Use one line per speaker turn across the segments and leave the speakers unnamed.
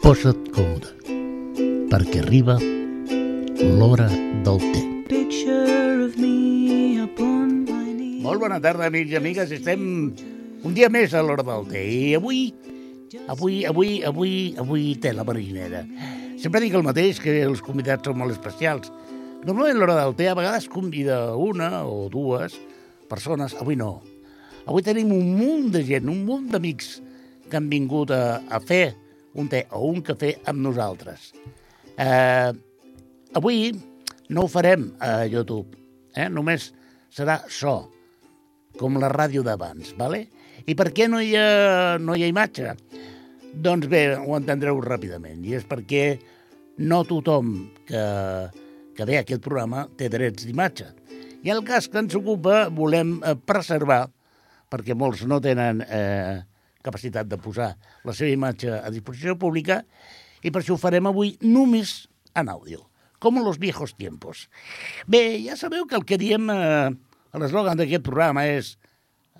Posa't còmode, perquè arriba l'hora del té.
picture of me upon my knee.
Molt bona tarda, amics i amigues. Estem un dia més a l'hora del té. I avui, avui, avui, avui, avui té la marinera. Sempre dic el mateix, que els convidats són molt especials. Normalment l'hora del té a vegades convida una o dues persones. Avui no. Avui tenim un munt de gent, un munt d'amics que han vingut a, a fer un té o un cafè amb nosaltres. Eh, avui no ho farem a YouTube, eh? només serà so com la ràdio d'abans, vale? I per què no hi, ha, no hi ha imatge? Doncs bé, ho entendreu ràpidament, i és perquè no tothom que, que ve a aquest programa té drets d'imatge. I el cas que ens ocupa volem eh, preservar, perquè molts no tenen eh, capacitat de posar la seva imatge a disposició pública, i per això ho farem avui només en àudio, com en los viejos tiempos. Bé, ja sabeu que el que diem eh, a l'eslògan d'aquest programa és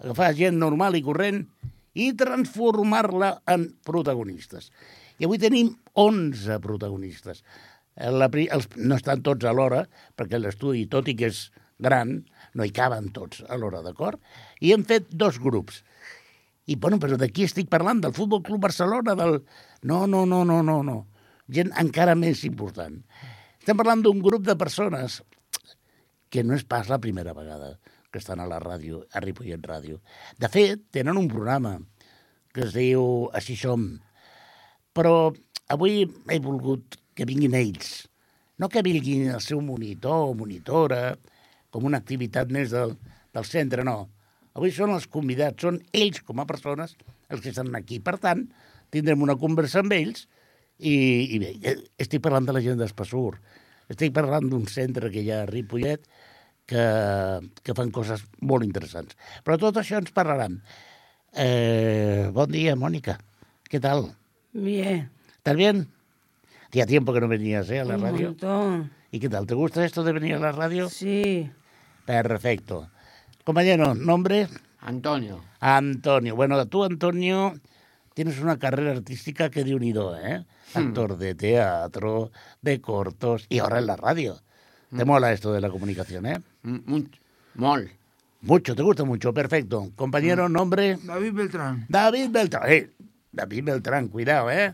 agafar gent normal i corrent i transformar-la en protagonistes. I avui tenim 11 protagonistes. Eh, La, pri- els, no estan tots a l'hora, perquè l'estudi, tot i que és gran, no hi caben tots a l'hora, d'acord? I hem fet dos grups. I, bueno, però de qui estic parlant? Del Futbol Club Barcelona? Del... No, no, no, no, no, no. Gent encara més important. Estem parlant d'un grup de persones que no és pas la primera vegada que estan a la ràdio, a Ripollet Ràdio. De fet, tenen un programa que es diu Així som, però avui he volgut que vinguin ells, no que vinguin el seu monitor o monitora, com una activitat més del, del centre, no. Avui són els convidats, són ells com a persones els que estan aquí. Per tant, tindrem una conversa amb ells i, i bé, eh, estic parlant de la gent d'Espassur, estic parlant d'un centre que hi ha a Ripollet que, que fan coses molt interessants. Però tot això ens parlaran. Eh, bon dia, Mònica. Què tal?
Bien.
¿Estás bien? Hacía tiempo que no venías ¿eh? a la
un
radio.
montón.
¿Y qué tal? ¿Te gusta esto de venir a la radio?
Sí.
Perfecto. Compañero, nombre
Antonio.
Antonio. Bueno, tú, Antonio, tienes una carrera artística que de unido, ¿eh?
Hmm.
Actor de teatro, de cortos y ahora en la radio. Te mola esto de la comunicación, ¿eh?
Hmm. M- much- Mol. Hmm.
Mucho, te gusta mucho. Perfecto. Compañero, nombre
David Beltrán.
David Beltrán. Eh, David Beltrán, cuidado, eh?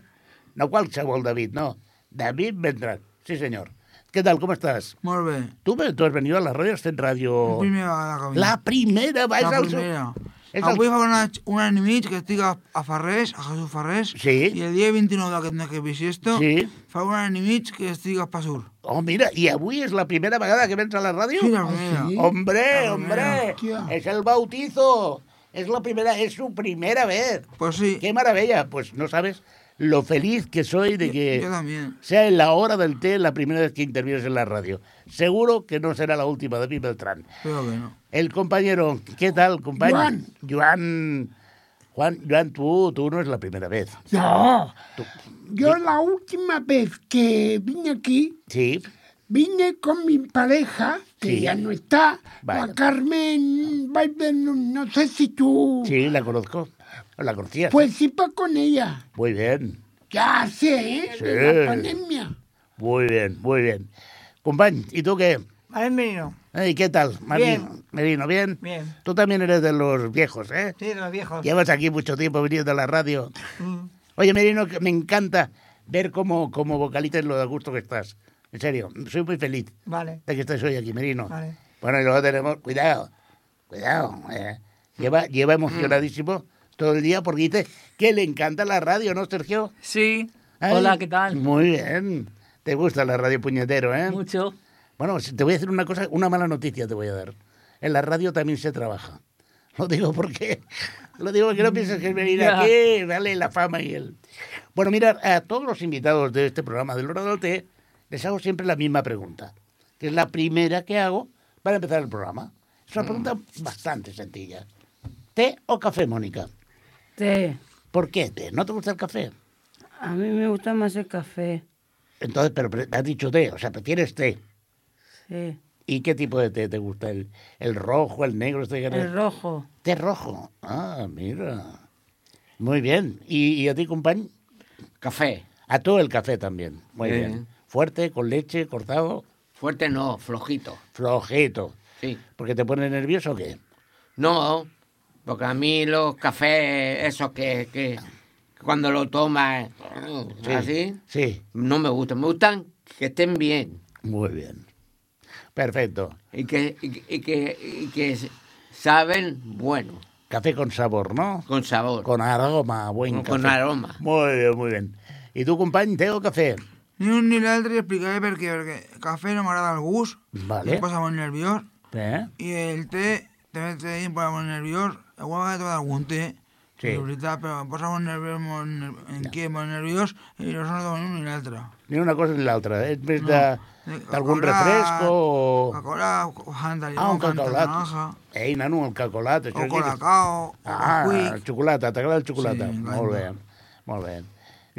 No qualsevol David, no. David Beltrán. Sí, señor. ¿Qué tal? ¿Cómo estás?
Molt bé.
Tú, ve- tú has venido a la radio, has fet Ah, radio...
Primera vegada que vinc.
Oh. La primera, va, és
la
el seu-
primera.
és el-
Avui fa un any, un any i mig que estic a, a Ferrés, a Jesús Ferrés,
Sí.
i el dia 29 d'aquest mes que visiesto,
Sí.
fa un any i mig que estic a Passur.
Oh, mira, i avui és la primera vegada que vens a la ràdio? Ah,
Sí, la primera. Sí.
Hombre,
La
hombre,
primera.
es el bautizo. Es la primera, es su primera vez.
Pues sí,
Qué maravilla. Pues no sabes lo feliz que soy de que...
yo también.
sea en la hora del té la primera vez que intervienes en la radio. Seguro que no será la última de Pi Beltrán.
Espero que no.
El compañero, ¿qué tal, compañero? Juan. Juan, Juan, Juan, tú, tú no es la primera vez.
No,
Tú-
yo la última vez que vine aquí,
sí,
vine con mi pareja, que
Sí.
ya no está,
Vale.
la Carmen, Valver- no, no sé si tú,
sí, la conozco. La conocías.
pues iba con ella,
Muy bien,
ya sé, ¿eh? de
Sí.
la pandemia.
muy bien, muy bien. Compañ, ¿y tú qué? Eh,
Bienvenido.
¿Y qué tal, Marino?
Bien.
Merino, ¿bien?
Bien.
Tú también eres de los viejos, ¿eh?
Sí, de los
Ah.
viejos.
Llevas aquí mucho tiempo viniendo a la radio.
Mm.
Oye, Merino, que me encanta ver cómo, cómo vocalitas lo de gusto que estás. En serio, soy muy feliz
Vale,
de que estés hoy aquí, Merino.
Ah.
vale.
Bueno, y luego tenemos, cuidado, cuidado. eh. Lleva, lleva emocionadísimo
Mm.
todo el día porque dice que le encanta la radio, ¿no, Sergio?
Sí,
Ay,
hola, ¿qué tal?
Muy bien. Te gusta la radio puñetero, ¿eh?
Mucho.
Bueno, si- te voy a decir una cosa, una mala noticia te voy a dar. En la radio también se trabaja. Lo digo porque, lo digo porque no pienses que es venir
Ya.
aquí, dale la fama y el... Bueno, mira, a todos los invitados de este programa del Hora del Té, les hago siempre la misma pregunta, que es la primera que hago para empezar el programa. Es una pregunta bastante sencilla. ¿Té o café, Mónica?
Té.
¿Por qué té? ¿No te gusta el café?
A mí me gusta más el café.
Entonces, pero pre- has dicho té, o sea, prefieres té.
Sí.
¿Y qué tipo de té te gusta? ¿El, el rojo, el negro? Este que-
El rojo.
Té rojo. Ah, mira. Muy bien. ¿Y, y a ti, company?
Café.
A todo el café también. Muy
Bien.
bien. Fuerte, con leche, cortado,
Fuerte no, flojito.
flojito.
Sí.
¿Porque te pone nervioso o qué?
No, porque a mí los cafés, esos que, que cuando lo tomas
Sí.
así,
Sí,
no me gustan. Me gustan que estén bien
muy bien. Perfecto.
y que, y, que- y que, y que saben bueno,
Café con sabor, ¿no?
con sabor.
Con aroma, buen
Con
café.
aroma.
Muy bien, muy bien. ¿Y tu company, Teo, cafè?
Ni un ni l'altre i explicaré per què, perquè el cafè no m'agrada el gust,
Vale.
em posa molt nerviós,
Eh?
i el té també té, em posa molt nerviós, igual que he trobat algun té,
Sí.
sí. de veritat, però em posa molt nerviós, molt, ner- en què, molt nerviós, i no sono ni un ni l'altre.
Ni una cosa ni l'altra. És més de
Sí,
d'algun
Coca-Cola,
refresc o...
Coca-Cola, Fanta
Ah,
Limón,
un
Fanta
calcolat.
Naranja,
Ei, nano, el calcolat. Això
o
sí que-
Colacao,
Ah,
o Quick.
xocolata, t'agrada el xocolata.
Sí,
molt bé,
m'agrada.
molt bé.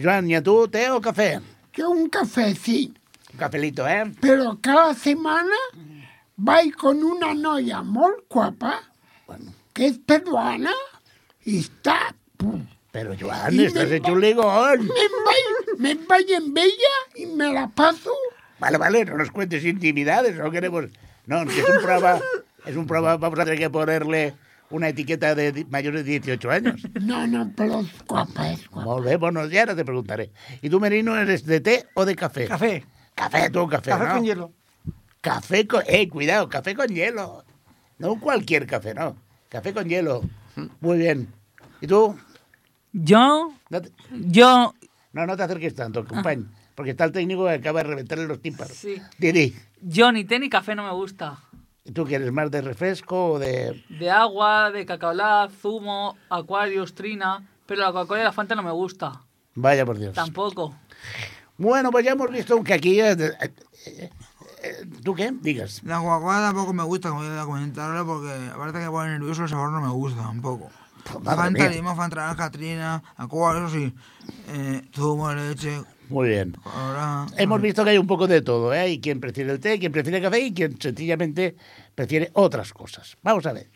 Joan, i a tu, té o cafè?
Yo un café, sí.
Un cafelito, eh?
Pero cada semana voy con una noia muy guapa, que es peruana, y está... pum,
Però, Joan,
I
estàs
me-
hecho un ligón.
Me voy, me voy en Bella y me la paso.
Vale, vale, no nos cuentes intimidades, no queremos... No, que es un programa, es un programa, vamos a tener que ponerle una etiqueta de di- mayores de 18 años.
No, no, pero es guapa, es guapa.
Molt bé, bueno, ja ara te preguntaré. I tu, Merino, eres de té o de café?
Café.
Café, tú, café,
Café
¿no?
con hielo.
Café con... Eh, cuidado, café con hielo. No cualquier café, no. Café con hielo. Muy bien. ¿Y tú?
Yo,
No, te-
yo,
no, no te acerques tanto, compañero. Porque está el técnico que acaba de reventarle los tímpanos. Sí. Didi,
Yo ni té ni café no me gusta.
¿tú quieres más de refresco o de...?
De agua, de cacaolá, zumo, acuarios, trina. Pero la Coca-Cola y la Fanta no me gusta.
Vaya por Dios.
Tampoco.
Bueno, pues ya hemos visto que aquí... eh, eh, eh, eh, ¿Tú qué? Digas.
La Coca-Cola tampoco me gusta, como ya comentarlo, porque aparte que pone nervioso el sabor no me gusta tampoco.
Pues madre
Fanta
mía.
limón, Fanta naranja, trina, Aqua, eso sí. Eh, zumo, leche,
Muy bien.
ahora...
Hemos visto que hay un poco de todo, ¿eh? Hay quien prefiere el té, quien prefiere el café y quien sencillamente prefiere otras cosas. Vamos a ver.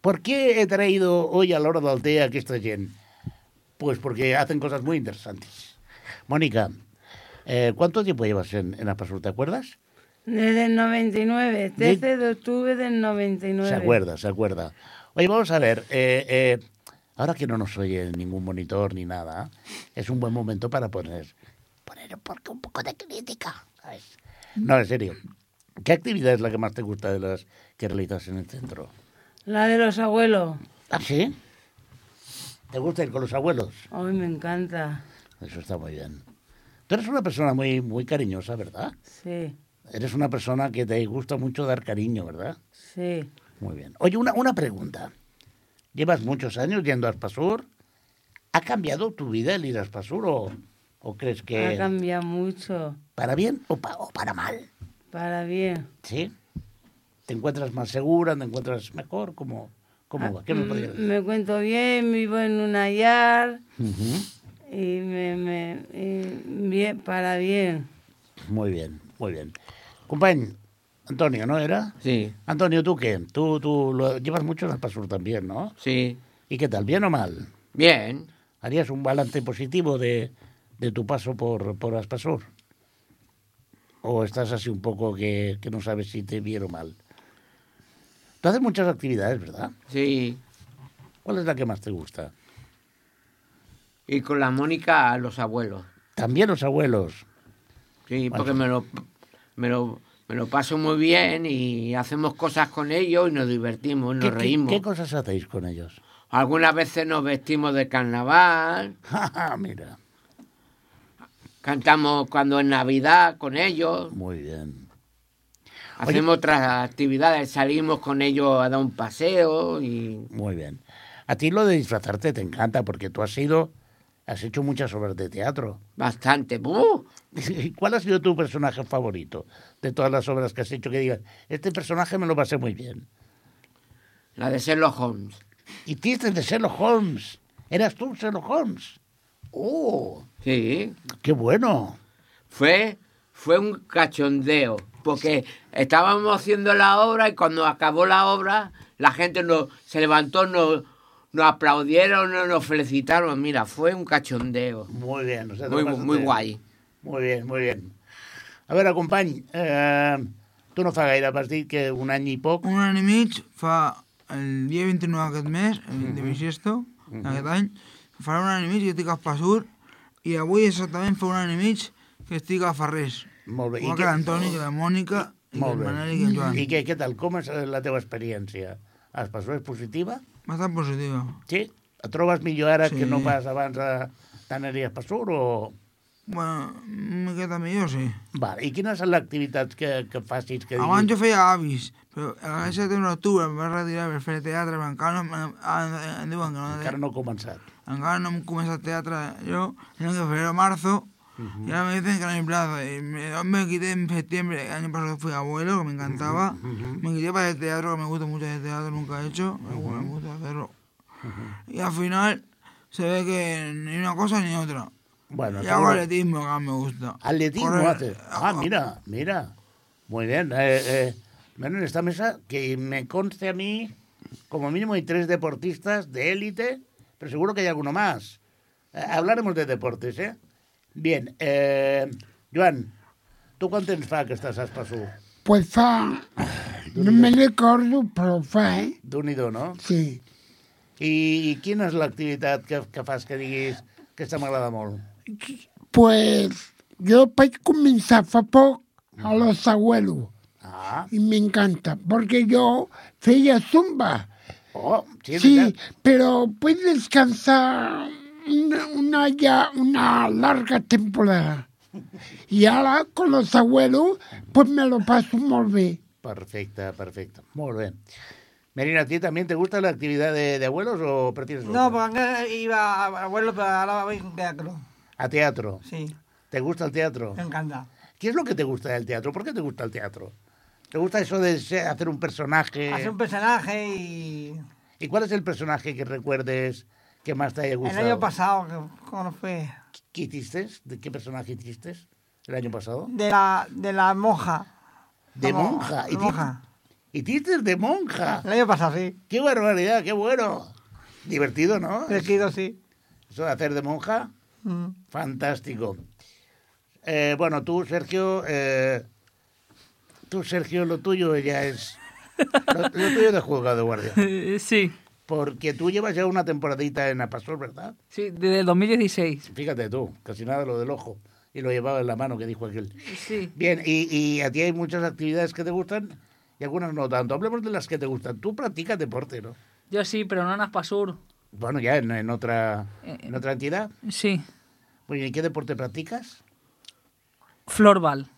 ¿Por qué he traído hoy a la hora del té a esta gent? Pues porque hacen cosas muy interesantes. Mónica, eh, ¿cuánto tiempo llevas en, en Apasur? ¿Te acuerdas?
Desde el 99,
Ye-
13 de octubre del 99.
Se acuerda, se acuerda. Oye, vamos a ver. eh, eh, ahora que no nos oye ningún monitor ni nada, ¿eh? es un buen momento para poner, poner porque un poco de crítica. ¿sabes? No, en serio. ¿Qué actividad es la que más te gusta de las que realizas en el centro?
La de los abuelos.
¿Ah, sí? ¿Te gusta ir con los abuelos?
Ay, me encanta.
Eso está muy bien. Tú eres una persona muy, muy cariñosa, ¿verdad?
Sí,
Eres una persona que te gusta mucho dar cariño, ¿verdad?
sí.
Muy bien. Oye, una, una pregunta. Llevas muchos años yendo a Aspasur. ¿Ha cambiado tu vida el ir a Aspasur o, o crees
Ha
que
cambiado mucho.
para bien o, pa- o para mal?
Para bien.
¿Sí? ¿Te encuentras más segura? ¿Te encuentras mejor? ¿Cómo, cómo va? ¿Qué me
Mm,
podrías decir?
me cuento bien, vivo en un hallar
Ujú.
y me, me y bien, para bien.
Muy bien, muy bien. Compañero, Antonio, ¿no era?
Sí,
Antonio, ¿tú qué? Tú, tú lo- llevas mucho en Aspasur también, ¿no?
sí.
¿Y qué tal? ¿Bien o mal?
Bien,
¿Harías un balance positivo de, de tu paso por, por Aspasur? ¿O estás así un poco que, que no sabes si te bien o mal? Tú haces muchas actividades, ¿verdad?
sí.
¿Cuál es la que más te gusta?
Y con la Mónica a los abuelos.
También los abuelos.
Sí,
Bueno.
porque me lo, me, lo, me lo paso muy bien y hacemos cosas con ellos y nos divertimos, nos
¿Qué, qué-
reímos.
qué cosas hacéis con ellos?
Algunas veces nos vestimos de carnaval,
Ja, ja, Ah, Mira,
cantamos cuando es Navidad con ellos,
muy bien.
hacemos otras actividades, eh, salimos con ellos a dar un paseo y
Muy bien. A ti lo de disfrazarte te encanta porque tú has sido, has hecho muchas obras de teatro.
bastante. ¡Uh!
¿Y ¿Cuál ha sido tu personaje favorito de todas las obras que has hecho que digas, este personaje me lo pasé muy bien?
La de Sherlock Holmes.
Y tienes de Sherlock Holmes. ¿Eras tú Sherlock Holmes? ¡Oh!
Sí,
¡Qué bueno!
fue, fue un cachondeo, porque estábamos haciendo la obra y cuando acabó la obra, la gente no, se levantó, nos, nos aplaudieron, nos nos felicitaron. Mira, fue un cachondeo.
Muy bien. nosotros
Muy,
bastante
muy
bien.
guay.
Molt bé, molt bé. A veure, company, eh, tu no fa gaire partit, que un any i poc.
Un any i mig fa el dia 29 d'aquest mes, el de bisiesto, d'aquest any, farà un any i mig que estic a Espassur i avui exactament fa un any i mig que estic a Ferrés.
Molt bé.
Igual que l'Antoni, que la Mònica, i que
Molt bé.
el Manel i que el Joan.
I què, què tal? Com és la teva experiència? Has passat positiva?
Bastant positiva.
Sí? Et trobes millor ara sí.
Sí.
que no pas abans de tant aniries per sur o...
Bueno, una miqueta millor, sí.
Vale. I quines són les activitats que, que facis? Que diguis?
Abans jo feia avis, però a l'any de octubre em vaig retirar per fer teatre, però encara no, em- em- em diuen que no,
Encara no he començat.
encara no em comença el teatre jo, tengo que febrero marzo, y ahora me dicen que no hay plazo, y eh, me, yo me quité en septiembre, el año pasado fui abuelo, que me encantaba, me quité para el teatro, que me gusta mucho el teatro, nunca he hecho, pero bueno, me gusta hacerlo. Y al final se ve que ni una cosa ni otra.
Bueno,
Y
tu-
hago atletismo, que más me gusta.
Atletismo
Correr-
hace. Ah, mira, mira. Muy bien. Eh, eh, bueno, en esta mesa, que me conste a mí, como mínimo hay tres deportistas de élite, pero seguro que hay alguno más. Eh, hablaremos de deportes, ¿eh? Bien. Eh, Joan, ¿tú cuánto tens fa que estàs a Espasú?
Pues fa... No me recordo, però fa, eh?
d'un i do, no?
Sí.
I, I quina és l'activitat que, que fas que diguis que aquesta m'agrada molt?
Pues yo para comenzar fa poc a los abuelos
Ah,
y me encanta porque yo feia zumba.
oh, sí,
Sí,
veritat.
pero puedes descansar una, una ya una larga temporada. Y ahora con los abuelos pues me lo paso muy bien.
Perfecte, perfecte. Molt bé. Merina, ¿a ti también te gusta la actividad de, de abuelos o prefieres
No,
otra?
porque antes iba a abuelo, pero ahora voy con teatro.
a teatro?
Sí,
¿Te gusta el teatro?
me encanta.
¿Qué es lo que te gusta del teatro? ¿Por qué te gusta el teatro? ¿Te gusta eso de ser- hacer un personaje?
Hacer un personaje y...
¿Y cuál es el personaje que recuerdes que más te haya
El
gustado?
año pasado, que- ¿cómo fue?
¿Qué hiciste? ¿De qué personaje hiciste el año pasado?
De la, de la monja.
De
Como-
monja.
De
¿Hiciste-
monja.
¿Hiciste de monja?
El año pasado, sí.
¡Qué barbaridad! ¡Qué bueno! Divertido, ¿no?
El Kido, sí.
Eso de hacer de monja.
Mm.
Fantástico. Eh, bueno, tú, Sergio, eh, tú, Sergio, lo tuyo ya es... Lo, lo tuyo de juzgado de guardia.
Eh, sí,
Porque tú llevas ya una temporadita en Apastor, ¿verdad?
sí, desde el 2016.
Fíjate tú, casi nada lo del ojo. Y lo llevaba en la mano, que dijo aquel.
Sí.
Bien, y, y a ti hay muchas actividades que te gustan y algunas no tanto. Hablemos de las que te gustan. Tú practicas deporte, ¿no?
Yo sí, pero no en Aspasur.
Bueno, ya en, en otra,
Eh,
en otra entidad.
Sí.
Muy bien, ¿y qué deporte practicas?
Florbal.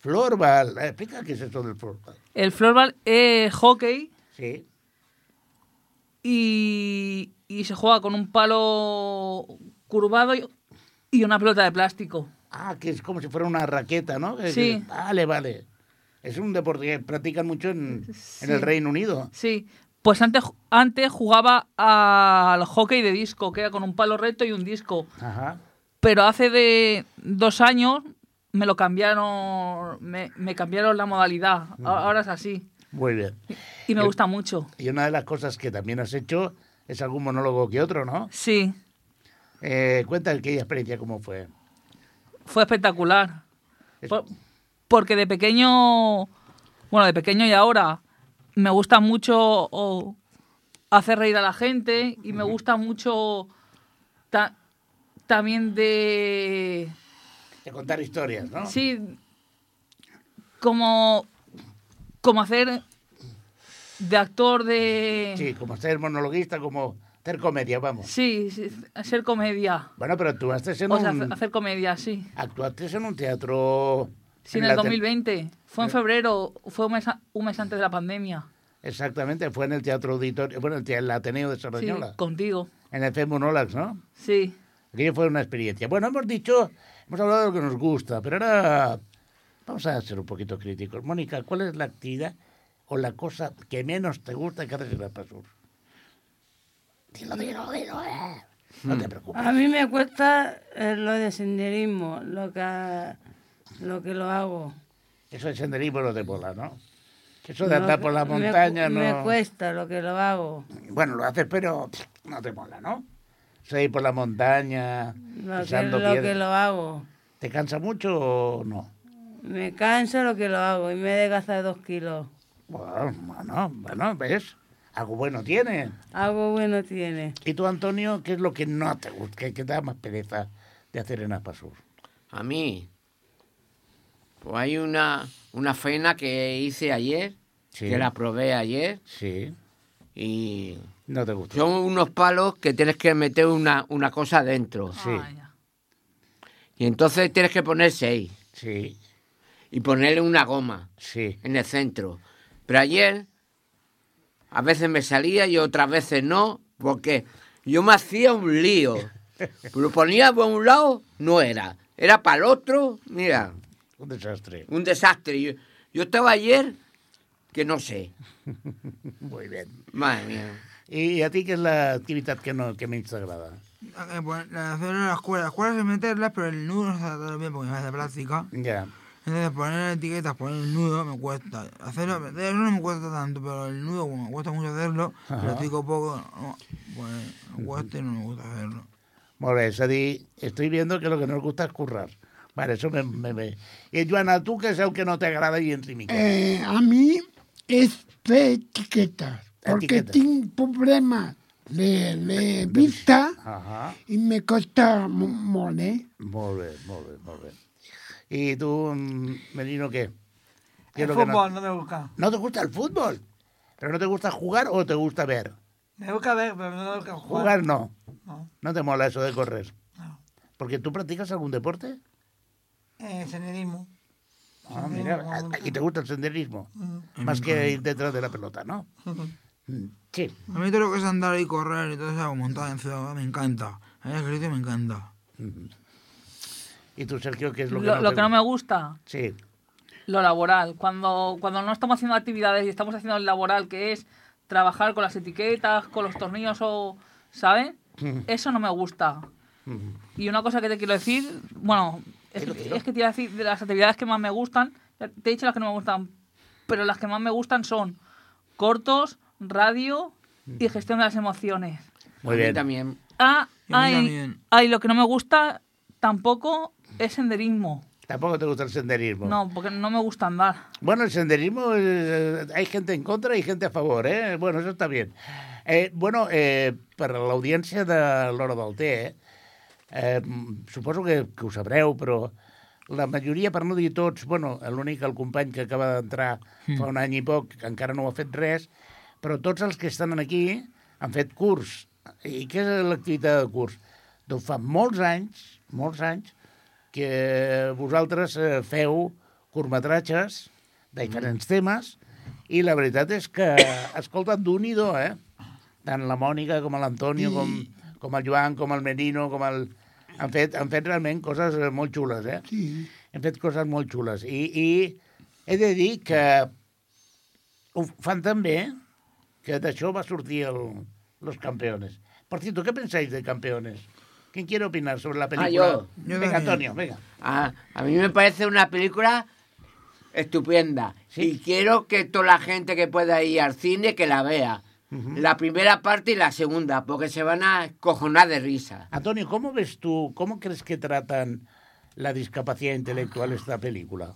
Florbal. Eh, Explica qué es eso del florbal.
El florbal es hockey
Sí.
y, y se juega con un palo curvado y, y una pelota de plástico.
Ah, que es como si fuera una raqueta, ¿no? Que-
Sí.
que- Vale, vale. Es un deporte que practican mucho en, en el Reino Unido.
Sí. Pues antes, antes jugaba al hockey de disco, que era con un palo recto y un disco.
Ajá.
Pero hace de dos años me lo cambiaron, me, me cambiaron la modalidad. A- Ahora es así.
Muy bien.
Y me gusta mucho.
Y una de las cosas que también has hecho es algún monólogo que otro, ¿no?
Sí,
Eh, cuenta aquella experiencia cómo fue.
fue espectacular.
Es-
Por- porque de pequeño, bueno, de pequeño y ahora, me gusta mucho o, hacer reír a la gente y me gusta mucho ta- también de...
de contar historias, ¿no?
Sí, como, como hacer de actor de...
Sí, como ser monologuista, como hacer comedia, vamos.
Sí, sí, hacer comedia.
Bueno, pero tú estás en
O sea,
un...
hacer comedia, sí.
Actuaste en un teatro...
Sí, en
la
el
te- Eh.
2020. Fue en febrero, fue un mes, a- un mes antes de la pandemia.
Exactamente, fue en el Teatro Auditorio, bueno, el, te- el Ateneo de
Sí,
Cerdanyola,
contigo.
en el FEM Monólags, ¿no?
Sí.
Aquello fue una experiencia. Bueno, hemos dicho, hemos hablado de lo que nos gusta, pero ahora vamos a ser un poquito críticos. Mónica, ¿cuál es la actividad o la cosa que menos te gusta que haces en el Pasur? Dilo, dilo, dilo, eh.
Hmm.
No te preocupes.
A mí me cuesta eh, lo de senderismo, lo que, lo que lo hago.
Eso de senderismo no te mola, ¿no? Eso de
Lo
andar
que-
por la
me
montaña
cu-
no...
Me cuesta lo que lo hago.
Bueno, lo haces, pero no te mola, ¿no? Salir por la montaña,
Lo que,
pisando
lo que
piedras.
lo hago.
¿Te cansa mucho o no?
Me canso lo que lo hago y me he desgastado dos kilos.
Bueno, Ah, bueno, bueno, ¿ves? Algo bueno tiene.
Algo bueno tiene.
¿Y tú, Antonio, qué es lo que no te gusta, qué- qué te da más pereza de hacer en Aspasur?
A mí. Pues hay una, una cena que hice ayer,
Sí.
que la probé ayer,
Sí,
y
no te gusta.
son unos palos que tienes que meter una, una cosa dentro.
Ah, ya.
Y entonces tienes que poner seis
Sí,
y ponerle una goma
sí.
en el centro. Pero ayer a veces me salía y otras veces no, porque yo me hacía un lío. Lo ponía por un lado, no era. Era para el otro, mira.
Un desastre.
Un desastre. Yo, yo estaba ayer que no sé.
Muy bien.
Madre mía.
¿Y a ti qué es la actividad que, no, que menos te agrada?
Eh, pues, la- Hacer las cuerdas, las cuerdas y meterlas, pero el nudo no se trata bien porque me hace plástica.
Ya,
Entonces poner etiquetas, poner el nudo me cuesta. Hacerlo, meterlo no me cuesta tanto, pero el nudo como me cuesta mucho hacerlo,
Ajá.
platico poco, no, pues me cuesta y no me gusta hacerlo.
molt bé, és a dir, estoy viendo que lo que no nos gusta es currar. Vale, eso me... me, me... I Joana, tu què és el que no t'agrada i ens mica?
Eh, a mí es de etiquetas, porque
Etiquetas.
tengo problemas de, de vista
Ahà,
y me cuesta mu- mole.
molt bé, molt bé, molt bé. I tu, mm, Merino, què? Què
El
és lo que
fútbol no me gusta.
No... no te gusta el fútbol? ¿Pero no te gusta jugar o te gusta ver?
Me gusta ver, pero no me gusta jugar.
Jugar no.
No.
No te mola eso de correr.
No.
Porque tú practicas algún deporte.
Eh, senderismo.
Ah,
Sí,
mira,
no,
ah,
no.
y te gusta el senderismo.
Mm.
Más que ir detrás de la pelota, ¿no? Mm, Sí.
A mí todo lo que es andar y correr y todo eso, montar en ciudad, me encanta. El ejercicio me encanta.
¿Y tú, Sergio, qué es lo
Lo,
que no
lo
te
que
gusta?
no me gusta,
Sí,
lo laboral. Cuando, cuando no estamos haciendo actividades y estamos haciendo el laboral, que es trabajar con las etiquetas, con los tornillos o... ¿Sabes? Eso no me gusta. Y una cosa que te quiero decir, bueno, es, que- es que te iba a decir de las actividades que más me gustan, ya te he dicho las que no me gustan, pero las que más me gustan son cortos, radio y gestión de las emociones.
muy
a mí
bien.
también.
Ah,
Y a mí
hay,
también.
hay lo que no me gusta tampoco es senderismo.
Tampoco te gusta el senderismo.
No, porque no me gusta andar.
Bueno, el senderismo, eh, hay gente en contra y gente a favor, ¿eh? Bueno, eso está bien. Eh, bueno, eh, per a l'audiència de l'Hora del Té, eh, eh, suposo que, que ho sabreu, però la majoria, per no dir tots, bueno, l'únic, el company que acaba d'entrar fa un any i poc, que encara no ho ha fet res, però tots els que estan aquí han fet curs. I què és l'activitat de curs? Doncs fa molts anys, molts anys, que vosaltres eh, feu curtmetratges de diferents temes i la veritat és que, escolta, d'un i do, eh? Tant la Mònica com l'Antonio, com, com el Joan, com el Merino, com el... Han fet, han fet realment coses eh, molt xules, eh?
Sí.
Hem fet coses molt xules. I, i he de dir que ho fan tan bé que d'això va sortir el, Los Campeones. Por cierto, ¿qué pensáis de Campeones? ¿Quién quiere opinar sobre la película?
Ah, yo.
Yo
venga,
también.
Antonio, venga.
A, Ah, a mí me parece una película estupenda.
Sí.
Y quiero que toda la gente que pueda ir al cine que la vea. La primera parte y la segunda, porque se van a cojonar de risa.
Antonio, ¿cómo ves tú, cómo crees que tratan la discapacidad intelectual esta película?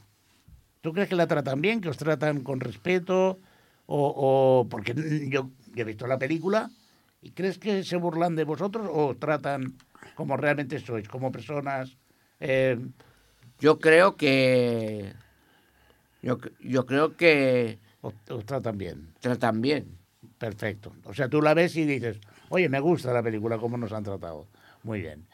¿Tú crees que la tratan bien, que os tratan con respeto? O, o- porque yo, yo he visto la película y crees que se burlan de vosotros o os tratan como realmente sois, como personas? eh,
Yo creo que. Yo, yo creo que
os, os tratan bien,
tratan bien.
perfecto. O sea, tú la ves y dices, oye, me gusta la película, cómo nos han tratado. Muy bien.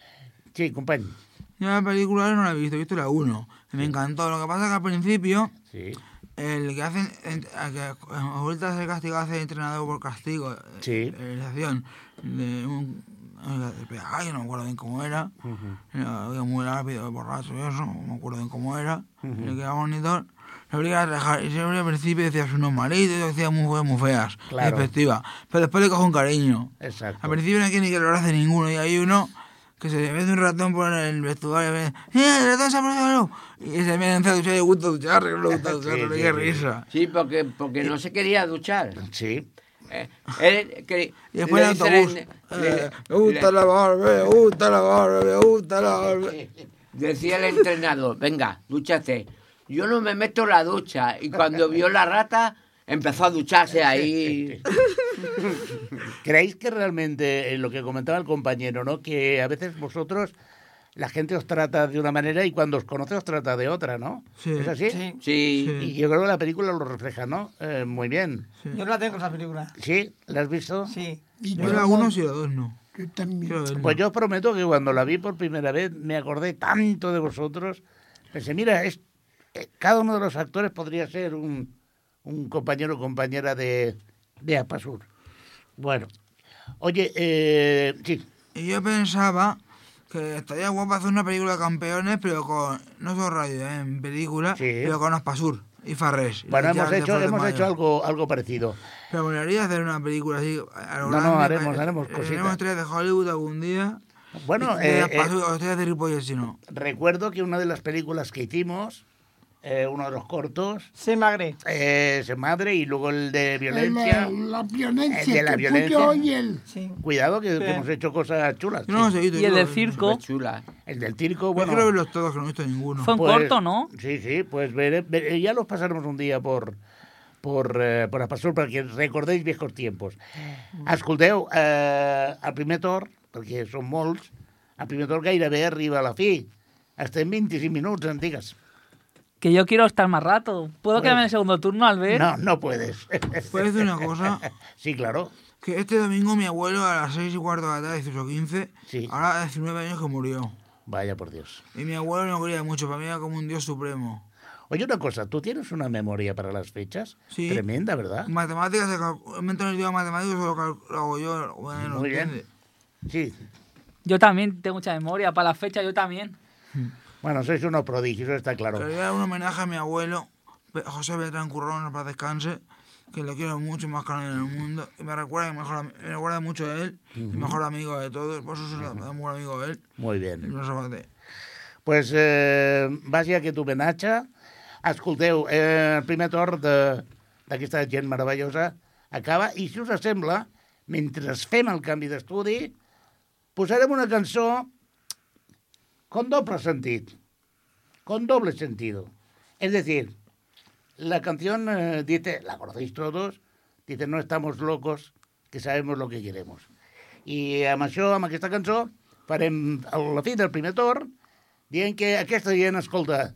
Sí, compañero.
Yo la película no la he visto, he visto la 1. Me encantó. Lo que pasa es que al principio,
Sí,
el que hace. el- el que Ahorita se castiga hace entrenador por castigo. eh,
Sí.
eh, la acción de un. el peaje, no me acuerdo bien cómo era. Era era muy rápido, borracho y eso, no me acuerdo bien cómo era. Le quedaba bonito. Le obliga a trabajar. Y siempre al principio decía sus nombres malitos, y decía muy feas, muy feas,
Claro.
despectivas. Pero después le cojo un cariño.
exacto.
Al principio no quiere ni que lo hace ninguno y hay uno que se mete un ratón por el vestuario y ve, ¡eh, el ratón se ha perdido! Y se mete en la ducha y le gusta duchar, que no le gusta duchar,
Sí,
no le
sí,
qué
sí.
risa.
Sí, porque, porque no se quería duchar.
Sí,
eh, él que
Y después
le
el
dice
autobús.
le-
eh, me
le-
gusta
le-
la barba, me gusta la barba, me gusta la barba.
Eh, Decía el entrenador, venga, dúchate. Yo no me meto en la ducha. Y cuando vio la rata, empezó a ducharse ahí.
¿Creéis que realmente eh, lo que comentaba el compañero, ¿no? Que a veces vosotros la gente os trata de una manera y cuando os conoce os trata de otra, ¿no?
Sí.
¿Es así?
Sí.
Sí.
Y yo creo que la película lo refleja, ¿no? Eh, muy bien.
Yo la tengo esa película.
¿Sí? ¿La has visto?
Sí.
Y
Yo la uno y la dos no.
Yo también.
Quiero verla.
Pues yo os prometo que cuando la vi por primera vez me acordé tanto de vosotros. Pensé, mira, es, eh, cada uno de los actores podría ser un, un compañero o compañera de, de Apasur. Bueno, oye, eh, sí,
Y yo pensaba que estaría guapo hacer una película de campeones, pero con. No solo radio, ¿eh? en película,
Sí.
pero con Aspasur y Farrés. y
bueno,
Richard
hemos
de
hecho,
Flor de
hemos
Mayo.
hecho algo, algo parecido.
Pero molaría hacer una película así. A lo
No, no,
grande,
haremos-
eh,
haremos
eh,
cositas.
Haremos tres de Hollywood algún día.
Bueno,
y de
eh,
Aspasur, o tres de Ripollet, si no.
Recuerdo que una de las películas que hicimos, eh, uno de los cortos,
Sí, Magre.
eh, Se Madre y luego el de
El,
violencia.
eh, la violencia
El de la
que
violencia.
fui yo y él.
Sí.
Cuidado que, que
Sí.
hemos hecho cosas chulas.
Yo no los he visto.
Y
yo
el del
los-
circo.
Chula.
El del circo,
Yo
bueno.
quiero verlos todos, que no he visto ninguno.
Fue un
pues-
corto, ¿no?
Sí, sí, pues vere- vere- ya los pasaremos un dia por por, eh, per a Pastor perquè recordeu viejos tiempos. Escolteu, eh, el primer torn, perquè són molts, el primer torn gairebé arriba a la fi. Estem 25 minuts, en digues.
Que yo quiero estar más rato. ¿Puedo quedarme en el segundo turno, Albert?
Pues No, no puedes.
¿Puedes decir una cosa?
Sí, claro.
Que este domingo mi abuelo a las 6 y cuarto de la tarde, 18 o 15,
Sí.
ahora 19 años que murió.
Vaya por Dios.
Y mi abuelo no quería mucho, para mí era como un dios supremo.
Oye, una cosa, tú tienes una memoria para las fechas
Sí. Mm.
tremenda, ¿verdad?
Matemáticas, se calcu- me entro en el idioma matemático, solo cal- lo hago yo. Bueno, lo
Muy bien.
entiende.
Sí.
Yo también tengo mucha memoria. Para la fecha, yo también.
Bueno, sois unos prodigios, eso está claro.
Quería dar un homenaje a mi abuelo, Pe- José Beltrán Currón, para descanse, que lo quiero mucho, más caro en el mundo. Y me recuerda, mi mejor, am- me recuerda mucho a él, el mejor amigo de todos. Por eso soy un buen amigo de él.
Muy
Y
bien.
no se bate.
pues, eh, vagi a aquest homenatge. Escolteu, eh, el primer torn de- d'aquesta gent meravellosa acaba, i si us sembla, mentre fem el canvi d'estudi, posarem una cançó con doble sentit, con doble sentido. Es decir, la canción eh, dice, la conocéis todos, dice, no estamos locos, que sabemos lo que queremos. I amb això, amb aquesta cançó, farem el- la fi del primer torn, dient que aquesta gent, escolta,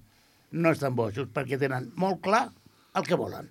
no estan bojos, perquè tenen molt clar el que volen.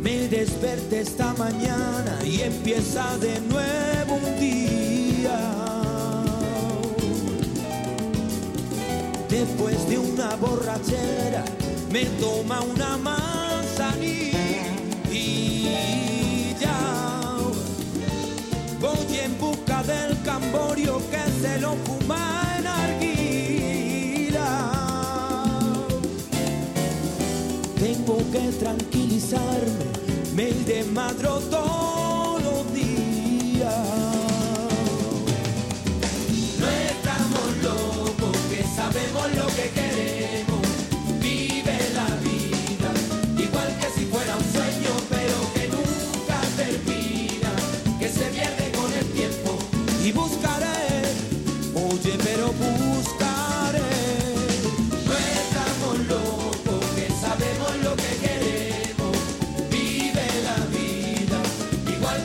Me desperté esta mañana y empieza de nuevo un día. Después de una borrachera me toma una manzanilla. Voy en busca del camborio que se lo fuma en arguila. Tengo que tranquilizarme, me desmadro todos los días. No estamos locos, que sabemos lo que queremos. Vive la vida, igual que si fuera un sueño, pero que nunca termina, que se pierde con el tiempo. Y buscaré, oye, pero buscaré. No estamos locos, que sabemos lo que queremos. Vive la vida, igual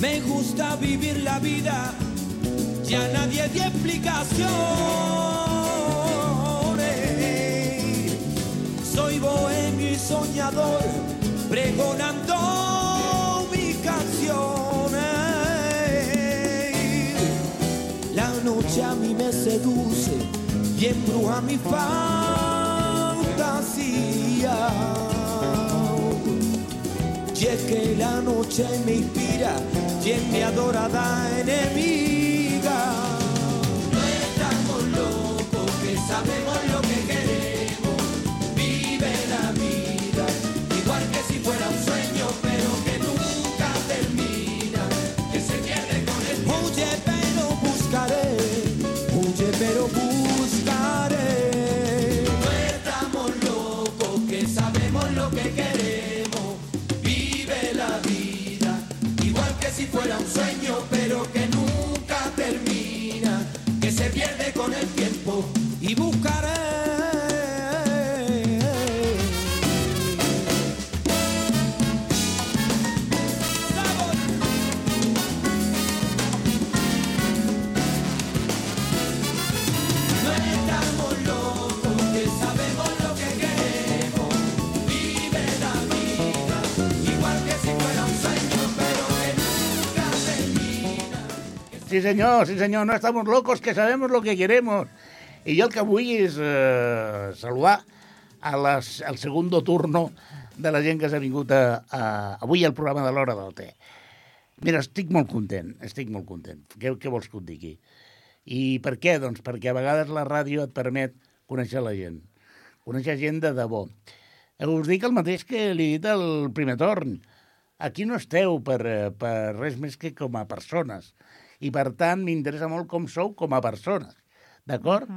Me gusta vivir la vida, ya nadie di explicaciones. Soy bohemio y soñador, pregonando mis canciones. La noche a mí me seduce y embruja mi fantasía. Y es que la noche me inspira y es mi adorada enemiga. No estamos locos que sabemos lo que queremos. Vive la vida igual que si fuera un sueño, pero que nunca termina. Que se pierde con el tiempo. Huye, pero buscaré. Huye, pero buscaré. No estamos locos que sabemos lo que queremos. Vive la vida, igual que si fuera un sueño, pero que nunca termina, que se pierde con el tiempo y buscaré. No estamos locos, que sabemos lo que queremos. Vive la vida, igual que si fuera un sueño, pero que nunca termina.
Sí senyor, sí senyor, no estamos locos que sabemos lo que queremos. I jo el que vull és eh, saludar a les, al segundo turno de la gent que s'ha vingut a, a, avui al programa de l'Hora del Té. Mira, estic molt content, estic molt content. Què, què vols que et digui? I per què? Doncs perquè a vegades la ràdio et permet conèixer la gent, conèixer gent de debò. Eh, Us dic el mateix que li he dit al primer torn. Aquí no esteu per, eh, per res més que com a persones. I, per tant, m'interessa molt com sou com a persones. D'acord?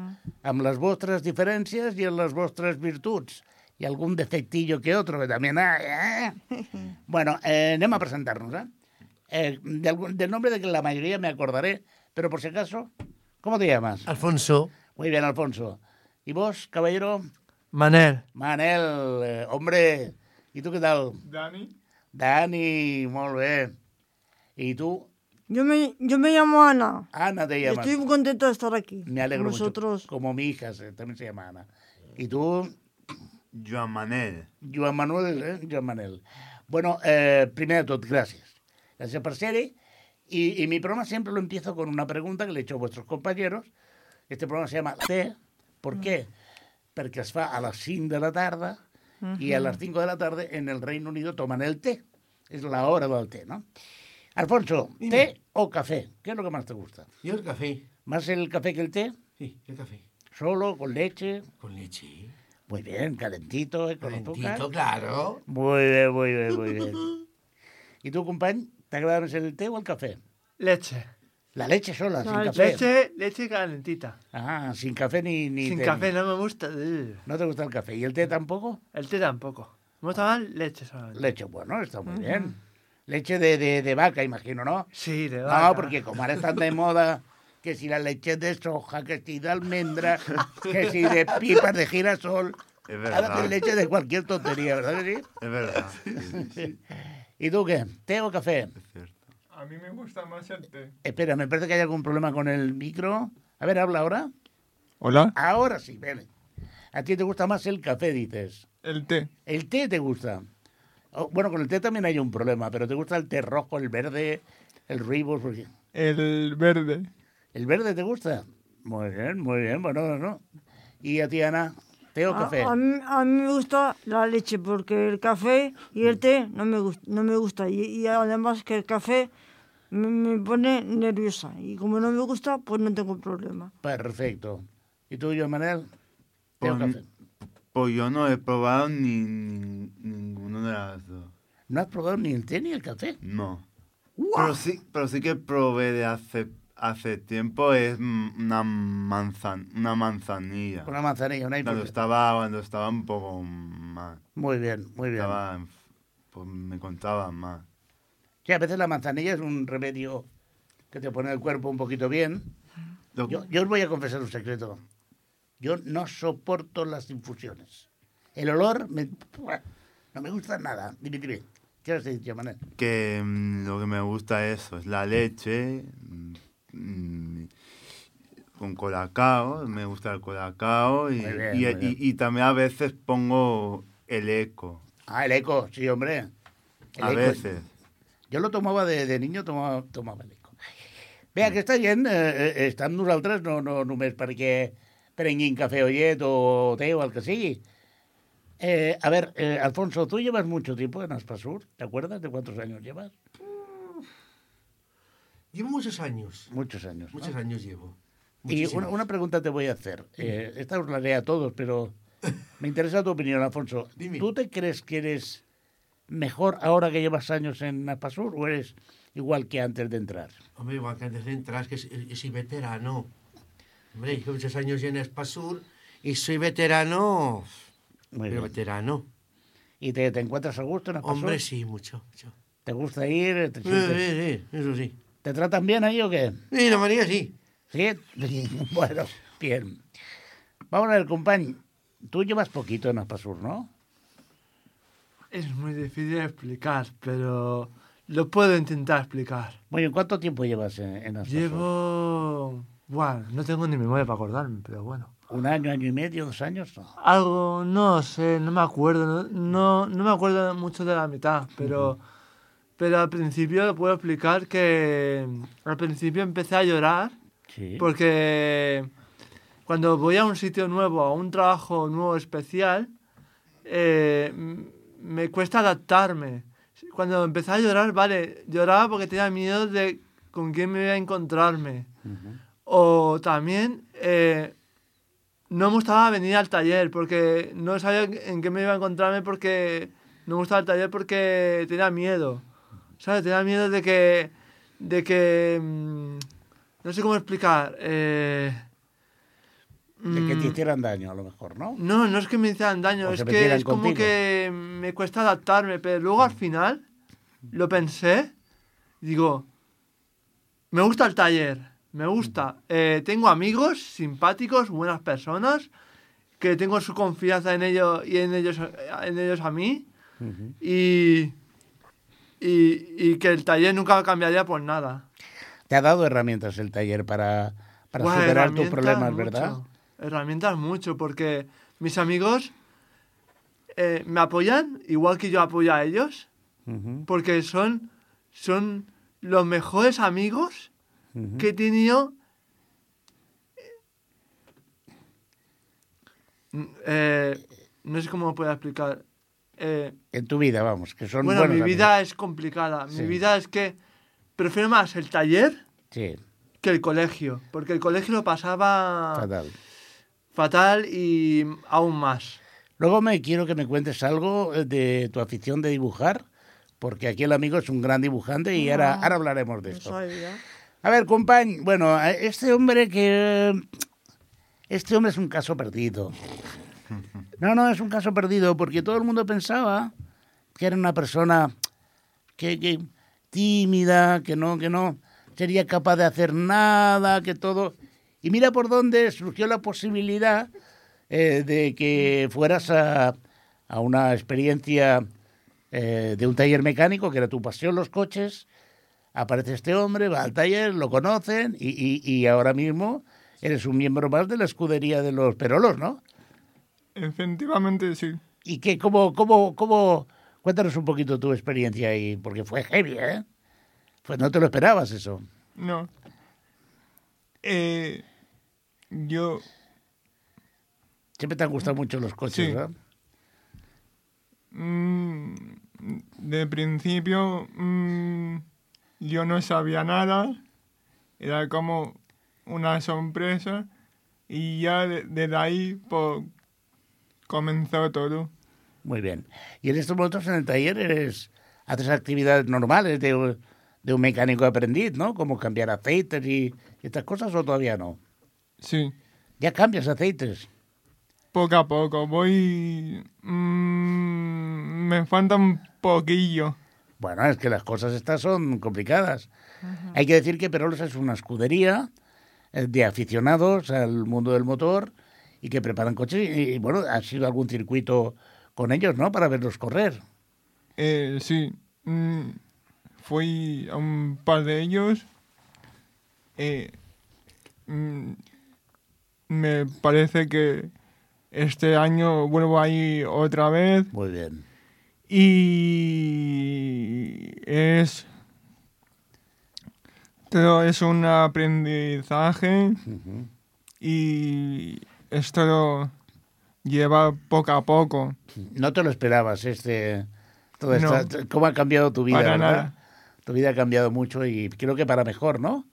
Amb les vostres diferències i amb les vostres virtuts. I algun defectillo que otro, que també... Hay, eh? bueno, eh, anem a presentar-nos, eh? eh de algún- del nombre de que la mayoría me acordaré, pero por si acaso, ¿cómo te llamas?
Alfonso,
Muy bien, eh? Alfonso. ¿Y vos, caballero?
Manel,
Manel, eh, hombre, ¿y tú qué tal?
Dani.
Dani, molt bé. ¿Y tú?
Yo me, yo me llamo Ana.
Ana te
Y
llamas.
Estoy muy contenta de estar aquí.
Me alegro
con vosotros.
mucho. Como mi hija se- también se llama Ana. ¿Y tú?
Joan Manel.
Joan Manuel, eh? Joan Manel. Bueno, eh, primer de tot, gràcies. Gràcies per ser-hi. ¿eh? Y, y mi programa siempre lo empiezo con una pregunta que le he hecho a vuestros compañeros. Este programa se llama Té.
Mm.
¿Por qué? Perquè es fa a les 5 de la tarda y a las 5 de la tarde en el Reino Unido toman el té. Es la hora del té, ¿no? Alfonso, ¿té o café? ¿Qué es lo que más te gusta?
Yo el café.
¿Más el café que el té?
Sí, el café.
¿Solo, con leche?
Con leche.
Muy bien, calentito, ¿eh? Con azúcar.
Calentito, claro.
Muy bien, muy bien, muy bien. ¿Y tú, compañero, te agrada más el té o el café?
leche.
La leche sola, sin
No,
café.
Leche, leche calentita.
Ah, sin café ni... ni
Sin
té.
café, no me gusta. Ugh.
¿No te gusta el café? ¿Y el té tampoco?
El té tampoco. Me gusta más leche solamente.
Leche, bueno, está muy
Ujú.
bien. Leche de, de, de vaca, imagino, ¿no?
Sí, de
No,
vaca.
porque como ahora están de moda que si la leche de soja, que si de almendra, que si de pipas de girasol...
Es
Ahora
verdad.
de leche de cualquier tontería, ¿verdad que sí?
Es verdad.
¿Y tú qué? ¿Té o café?
A mí me gusta más el té.
Espera, me parece que hay algún problema con el micro. A ver, habla ahora.
Hola.
Ahora sí, vele. A ti te gusta más el café, dices.
El té.
El té te gusta. Oh, bueno, con el té también hay un problema, pero te gusta el té rojo, el verde, el ribos. porque-
El verde.
¿El verde te gusta? Muy bien, muy bien, bueno, no. ¿Y a ti, Ana? ¿Té o
A-
café?
Ah, A, mí, a mí me gusta la leche porque el café y el té no me, gus- no me gusta. Y, y además que el café me, me pone nerviosa. Y como no me gusta, pues no tengo problema.
Perfecto. ¿Y tú, yo, Manel? ¿Té o
Pues,
café?
pues yo no he probado ni, ni- ninguno de las dos.
¿No has probado ni el té ni el café?
No. Pero sí, pero sí que probé de hace hace tiempo es mm, una manzan, una manzanilla.
Una manzanilla, una
Cuando
hipótesis.
estaba cuando estaba un poco mal.
Muy bien, muy bien.
Estaba en- pues me contaban más.
Sí, a veces la manzanilla es un remedio que te pone el cuerpo un poquito bien.
Lo-
Yo, yo os voy a confesar un secreto. Yo no soporto las infusiones. El olor me- no me gusta nada. Dime, dime. ¿Qué has dicho, Manel?
que mm, lo que me gusta es eso, es la leche mm, mm, con colacao, me gusta el colacao y,
Muy bien,
y-
muy bien.
y- y también a veces pongo el eco,
Ah, el eco, sí, hombre. El
a
eco.
veces.
Jo lo tomava de, de niño, tomava, tomava l'eco. Bé,
Mm.
aquesta gent eh, eh, està amb nosaltres no, no només perquè prenguin cafè o llet o té o el que sigui. Eh, a ver, eh, Alfonso, tú llevas mucho tiempo en Aspasur, ¿te acuerdas de cuántos años llevas?
Llevo muchos años.
Muchos años. ¿no?
Muchos años llevo.
Y una,
Muchísimos.
una pregunta te voy a hacer. Eh, esta os la haré a todos, pero me interesa tu opinión, Alfonso. ¿Tú te crees que eres mejor ahora que llevas años en Aspasur o eres igual que antes de entrar?
Hombre, igual que antes de entrar, es que soy, soy veterano. Hombre, llevo muchos años en Espasur y soy veterano.
Muy
pero
bien.
veterano.
¿Y te, te encuentras a gusto en Aspasur?
Hombre, sí, mucho. mucho.
¿Te gusta ir? ¿Te
Sí,
sientes-
sí, sí, eso sí.
¿Te tratan bien ahí o qué?
Sí, la María sí.
Sí, bueno, bien. Vamos a ver, compañero. Tú llevas poquito en Aspasur, ¿no?
Es muy difícil de explicar, pero lo puedo intentar explicar.
Bueno, ¿cuánto tiempo llevas en, en Aspasur?
Llevo... Bueno, no tengo ni memoria para acordarme, pero bueno.
¿Un año, año y medio, dos años? No.
Algo, no sé, no me acuerdo, no, no, no me acuerdo mucho de la mitad, pero, pero al principio lo puedo explicar que al principio empecé a llorar
Sí.
porque cuando voy a un sitio nuevo, a un trabajo nuevo especial, eh, m- me cuesta adaptarme. Cuando empecé a llorar, vale, lloraba porque tenía miedo de con quién me iba a encontrarme. O también eh, no me gustaba venir al taller porque no sabía en qué me iba a encontrarme porque no me gustaba el taller porque tenía miedo. ¿Sabes? Tenía miedo de que... De que mm, no sé cómo explicar. eh,
De que te
mm,
hicieran daño, a lo mejor, ¿no?
no, no es que me hicieran daño,
O
es
se
que
metieran
es como
contigo.
que me cuesta adaptarme, pero luego al final lo pensé, digo, me gusta el taller, me gusta, eh, tengo amigos simpáticos, buenas personas, que tengo su confianza en ellos y en ellos, en ellos a mí, y, y, y que el taller nunca cambiaría por nada.
Te ha dado herramientas el taller para, para
Buah,
superar tus
herramientas
problemas,
mucho,
¿verdad?
Herramientas mucho, porque mis amigos eh, me apoyan igual que yo apoyo a ellos,
Ujú,
porque son, son los mejores amigos
ujú.
que he tenido. Eh, no sé cómo puedo explicar. Eh,
En tu vida, vamos, que son
bueno,
buenos
mi
amigos.
vida es complicada.
Sí.
Mi vida es que prefiero más el taller
Sí,
que el colegio, porque el colegio lo pasaba
fatal.
fatal y aún más.
Luego me quiero que me cuentes algo eh, de tu afición de dibujar, porque aquí el amigo es un gran dibujante y ahora,
Ah,
ahora hablaremos de esto. A ver, compañ, bueno, a este hombre que... Este hombre es un caso perdido. No, no, es un caso perdido, porque todo el mundo pensaba que era una persona que, que tímida, que no, que no sería capaz de hacer nada, que todo... Y mira por dónde surgió la posibilidad eh, de que fueras a, a una experiencia eh, de un taller mecánico, que era tu pasión, los coches, aparece este hombre, va al taller, lo conocen y, y- y ahora mismo eres un miembro más de la escudería de los Perolos, ¿no?
Efectivamente, sí.
¿Y qué, cómo, cómo, cómo, cuéntanos un poquito tu experiencia ahí, porque fue heavy, ¿eh? Pues no te lo esperabas eso.
No. Eh, yo,
Siempre te han gustado mucho los coches,
Sí.
¿verdad?
mm, de principio, mm, yo no sabía nada. Era como una sorpresa. Y ya de- desde ahí po- comenzó todo.
Muy bien. Y en estos momentos en el taller eres, haces actividades normales de, de un mecánico aprendiz, ¿no? Como cambiar aceites y estas cosas, o todavía no.
Sí.
Ya cambias aceites.
Poco a poco, voy... mm, me falta un poquillo.
Bueno, es que las cosas estas son complicadas. Hay que decir que Perolos es una escudería eh, de aficionados al mundo del motor y que preparan coches. Y, y, bueno, ha sido algún circuito con ellos, ¿no? Para verlos correr.
Eh, sí, mm, fui a un par de ellos. eh, mm, me parece que este año vuelvo ahí otra vez.
Muy bien.
Y es... Todo es un aprendizaje y esto lleva poco a poco.
No te lo esperabas, este. Todo
No.
esto. ¿Cómo ha cambiado tu vida?
Para
verdad?
nada.
Tu vida ha cambiado mucho y creo que para mejor, ¿no?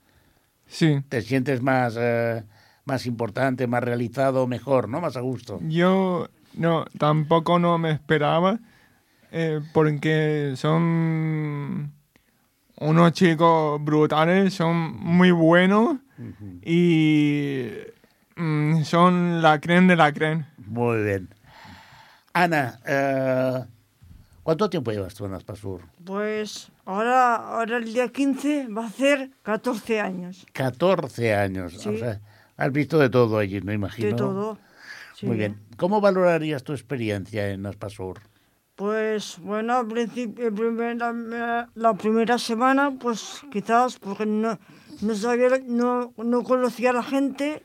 Sí.
Te sientes más, eh, más importante, más realizado, mejor, ¿no? Más a gusto.
Yo no, tampoco no me esperaba, eh, porque son unos chicos brutales, son muy buenos y mm, son la creen de la creen.
Muy bien. Ana, eh, ¿cuánto tiempo llevas tú en Aspasur?
Pues ahora, ahora el día 15 va a ser 14 años.
14 años. O
Sí.
sea, has visto de todo allí, me imagino.
De todo. Sí.
Muy bien. ¿Cómo valorarías tu experiencia en Aspasur?
Pues bueno, al principio, el primer- la, la primera semana, pues quizás porque no, no sabía, no, no conocía a la gente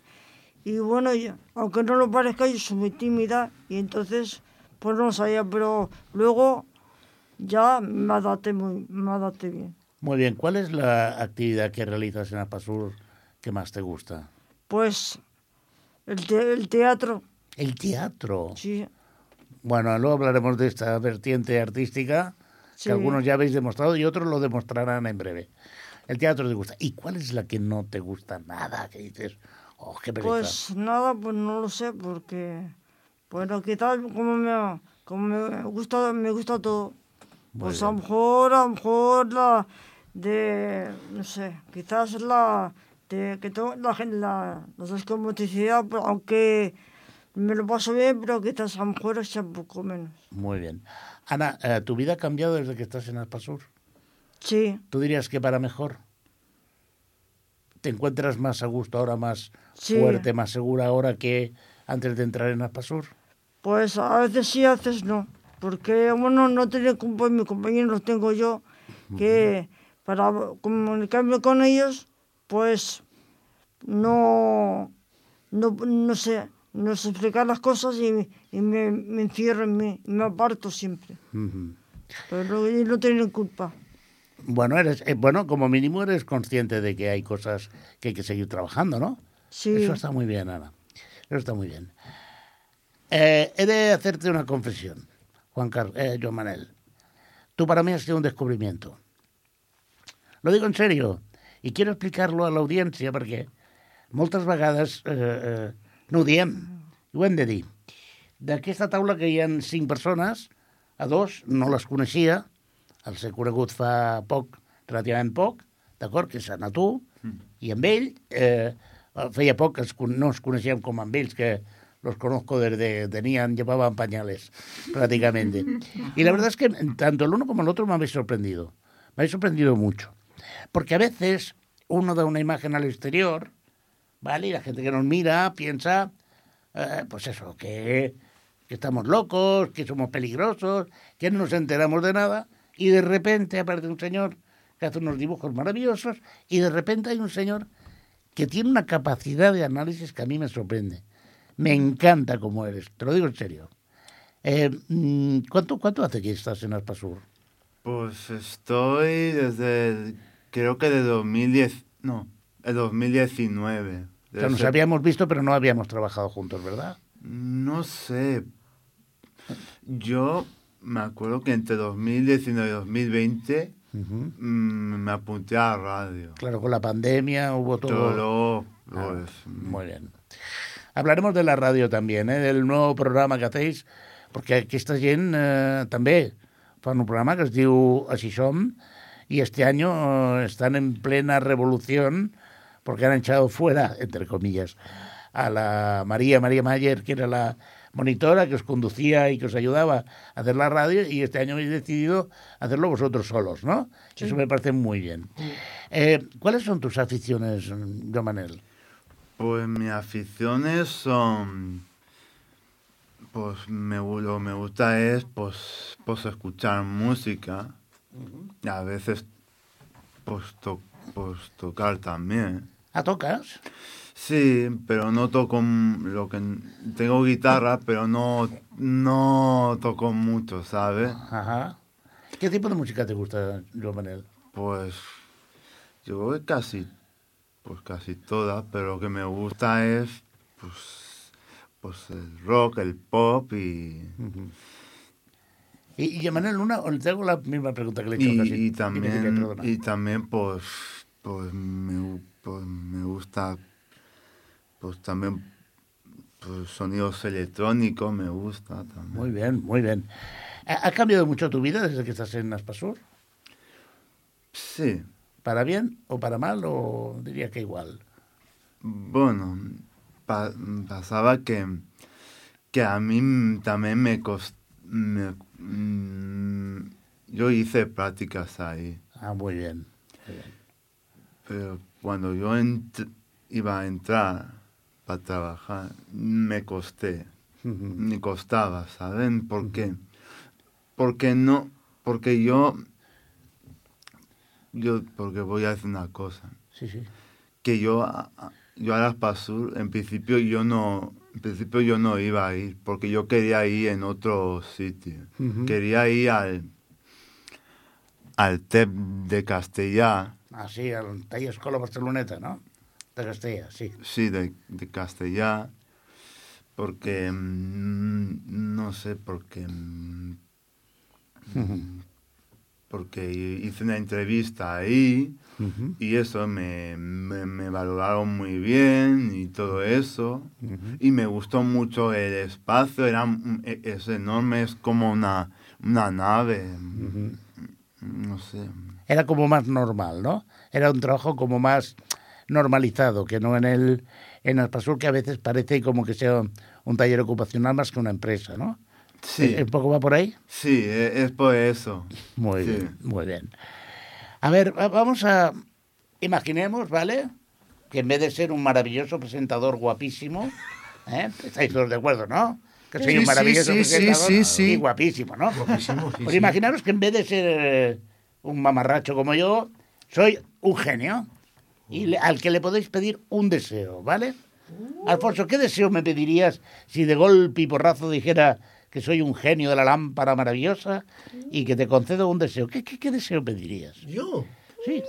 y bueno, y aunque no lo parezca, yo soy muy tímida y entonces pues no sabía, pero luego ya me adapté muy, me adapté bien.
Muy bien. ¿Cuál es la actividad que realizas en Aspasur que más te gusta?
Pues el, te- el teatro,
El teatro.
sí,
Bueno, luego hablaremos de esta vertiente artística
Sí.
que algunos ya habéis demostrado y otros lo demostrarán en breve. El teatro te gusta. ¿Y cuál es la que no te gusta nada? Que dices, oh, qué pereza.
pues nada, pues no lo sé porque bueno, quizás como me, como me gusta, me gusta todo.
Muy
Pues a lo
bien.
mejor, a lo mejor la de, no sé, quizás la de que tengo la gente, la, la psicomotricidad, pues, aunque me lo paso bien, pero quizás a lo mejor sea un poco menos.
Muy bien. Ana, eh, ¿tu vida ha cambiado desde que estás en Aspasur?
Sí,
¿Tú dirías que para mejor? ¿Te encuentras más a gusto ahora, más
Sí.
fuerte, más segura ahora que antes de entrar en Aspasur?
pues a veces sí, a veces no, porque bueno, no tenía compañeros, mis compañeros los tengo yo, que para comunicarme con ellos, pues no, no, no sé, no sé explicar las cosas y, y me, me encierro en mí, me aparto siempre.
Ujú.
Pero ellos no tienen culpa.
Bueno, eres, eh, bueno, como mínimo eres consciente de que hay cosas que hay que seguir trabajando, ¿no?
Sí.
Eso está muy bien, Ana. Eso está muy bien. Eh, he de hacerte una confesión, Juan Carlos, eh, Joan Manuel. Tú para mí has sido un descubrimiento. Lo digo en serio. I quiero explicar-lo a l'audiència perquè moltes vegades eh, eh, no ho diem, i ho hem de dir. D'aquesta taula que hi han cinc persones, a dos no les coneixia, els he conegut fa poc, relativament poc, d'acord, que és en tu, i amb ell, eh, feia poc que ens, con- no ens coneixíem com amb ells, que los conozco desde tenían, llevaban pañales prácticamente. Y la verdad es que tanto el uno como el otro me habéis sorprendido. Me habéis sorprendido mucho. Porque a veces uno da una imagen al exterior, ¿vale? Y la gente que nos mira piensa, eh, pues eso, que, que estamos locos, que somos peligrosos, que no nos enteramos de nada. Y de repente aparece un señor que hace unos dibujos maravillosos y de repente hay un señor que tiene una capacidad de análisis que a mí me sorprende. Me encanta como eres, te lo digo en serio. Eh, mm, ¿cuánto, ¿Cuánto hace que estás en Aspasur?
Pues estoy desde, el- creo que de 2010, no, el 2019.
O sea, nos
Desde-
habíamos visto, pero no habíamos trabajado juntos, ¿verdad?
No sé. Yo me acuerdo que entre 2019 y 2020 mm, me apunté a la radio.
Claro, con la pandemia hubo todo.
Todo lo-
Ah,
pues,
muy bien. Hablaremos de la radio también, eh, del nuevo programa que hacéis, perquè aquesta gent eh, també fan un programa que es diu Així som, y este año eh, están en plena revolución porque han echado fuera, entre comillas, a la María, María Mayer, que era la monitora que os conducía y que os ayudaba a hacer la radio, y este año habéis decidido hacerlo vosotros solos, ¿no? Eso me parece muy bien. Eh, ¿Cuáles son tus aficiones, Joan Manel?
Pues mis aficiones son... Pues me, gu- lo que me gusta es pues, pues escuchar música, A veces, pues, to- pues, tocar también.
¿Ah, tocas?
Sí, pero no toco m- lo que... Tengo guitarra, pero no, no toco mucho, ¿sabes?
Ajá. ¿Qué tipo de música te gusta, Joan Manel?
Pues yo creo que casi, pues casi todas, pero lo que me gusta es pues, pues el rock, el pop y...
Y, y a Manel Luna, o le tengo la misma pregunta que le he hecho
y,
casi.
y
Dime, dime,
también,
perdona.
y también pues, pues, me, gu- pues me gusta pues también pues, sonidos electrónicos, me gusta también.
Muy bien, muy bien. ¿Ha, ha cambiado mucho tu vida desde que estás en Aspasur?
Sí.
¿Para bien o para mal o diría que igual?
Bueno, pa- pasaba que, que a mí m- también me costó... yo hice prácticas ahí.
Ah, muy bien.
Pero cuando yo entr- iba a entrar para trabajar, me costé. Me costaba, ¿saben? ¿Por qué? Porque no... Porque yo... Yo... Porque voy a decir una cosa
Sí, sí.
que yo a- a- yo a las PASUR en principio yo no en principio yo no iba a ir porque yo quería ir en otro sitio
Ujú.
quería ir al al TEP de Castellá
Ah, sí, al taller Escola Barceloneta, ¿no? De Castella, sí.
sí de, de Castellá porque mm, no sé porque mm, porque hice una entrevista ahí y eso me, me, me valoraron muy bien y todo eso. Y me gustó mucho el espacio, era, un- e- es enorme, es como una, una nave, no sé.
Era como más normal, ¿no? Era un trabajo como más normalizado, que no en el en Aspasur, que a veces parece como que sea un taller ocupacional más que una empresa, ¿no?
Sí.
¿Es- ¿Un poco va por ahí?
Sí, e- es por eso.
Muy
Sí.
bien, muy bien. A ver, va- vamos a... Imaginemos, ¿vale? Que en vez de ser un maravilloso presentador guapísimo, ¿eh? estáis todos de acuerdo, ¿no? Que soy
Sí,
un
sí,
maravilloso
sí, sí,
presentador
sí, sí.
y guapísimo, ¿no?
Guapísimo, sí,
pues
sí.
imaginaros que en vez de ser eh, un mamarracho como yo, soy un genio y le- al que le podéis pedir un deseo, ¿vale?
Uh.
Alfonso, ¿qué deseo me pedirías si de golpe y porrazo dijera que soy un genio de la lámpara maravillosa y que te concedo un deseo? ¿Qué, qué- qué deseo pedirías?
¿Yo?
Sí.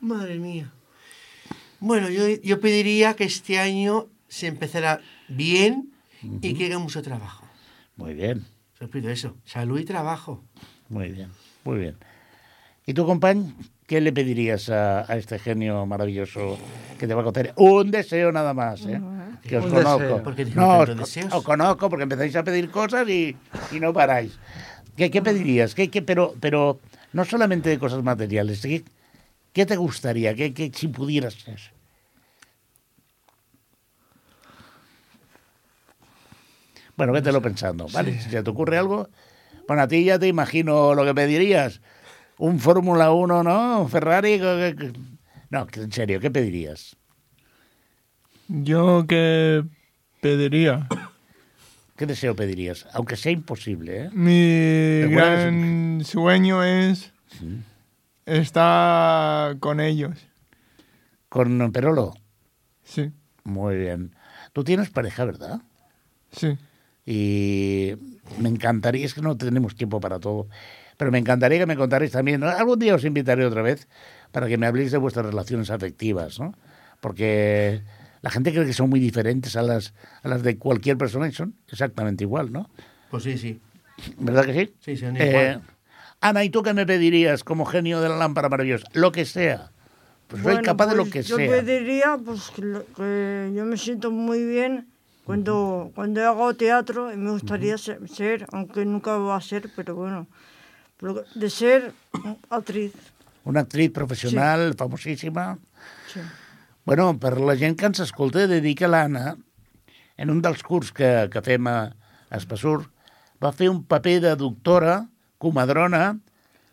madre mía. Bueno, yo, yo pediría que este año se empezara bien y que haya mucho trabajo.
Muy bien,
Yo pido eso, salud y trabajo.
muy bien, muy bien. ¿Y tú, compañ, qué le pedirías a, a este genio maravilloso que te va a conceder? Un deseo nada más, ¿eh? Que os
Un
conozco.
deseo. ¿Por qué tiene
No, os,
tantos deseos?
os conozco porque empezáis a pedir cosas y, y no paráis. ¿Qué, qué pedirías? ¿Qué, qué- pero, pero no solamente de cosas materiales. ¿Qué, qué te gustaría? ¿Qué, qué- si pudieras ser? Bueno, vételo pensando, ¿vale? Si se te ocurre algo. Bueno, a ti ya te imagino lo que pedirías. Un Fórmula 1, ¿no? Un Ferrari. co- co- co- No, que- en serio, ¿qué pedirías?
Yo que pediría
¿Qué deseo pedirías? Aunque sea imposible, ¿eh?
Mi
Pero bueno,
gran sueño es estar con ellos.
¿Con Perolo?
Sí.
Muy bien. Tú tienes pareja, ¿verdad?
Sí.
Y me encantaría, es que no tenemos tiempo para todo, pero me encantaría que me contarais también, algún día os invitaré otra vez para que me habléis de vuestras relaciones afectivas, ¿no? Porque la gente cree que son muy diferentes a las, a las de cualquier persona y son exactamente igual, ¿no?
Pues sí, sí.
¿Verdad que sí?
Sí, son
Eh,
igual.
Ana, ¿y tú qué me pedirías como genio de la lámpara maravillosa? Lo que sea. Pues soy
Bueno,
capaz de lo
pues
que
yo
sea.
pediría pues, que, lo- que yo me siento muy bien cuando, cuando hago teatro y me gustaría ser, ser, aunque nunca va a ser, pero bueno, pero de ser actriz.
Una actriz professional famosíssima.
Sí.
Bueno, per la gent que ens escolta, dedica l'Anna, en un dels curs que, que fem a Espassur, va fer un paper de doctora, comadrona,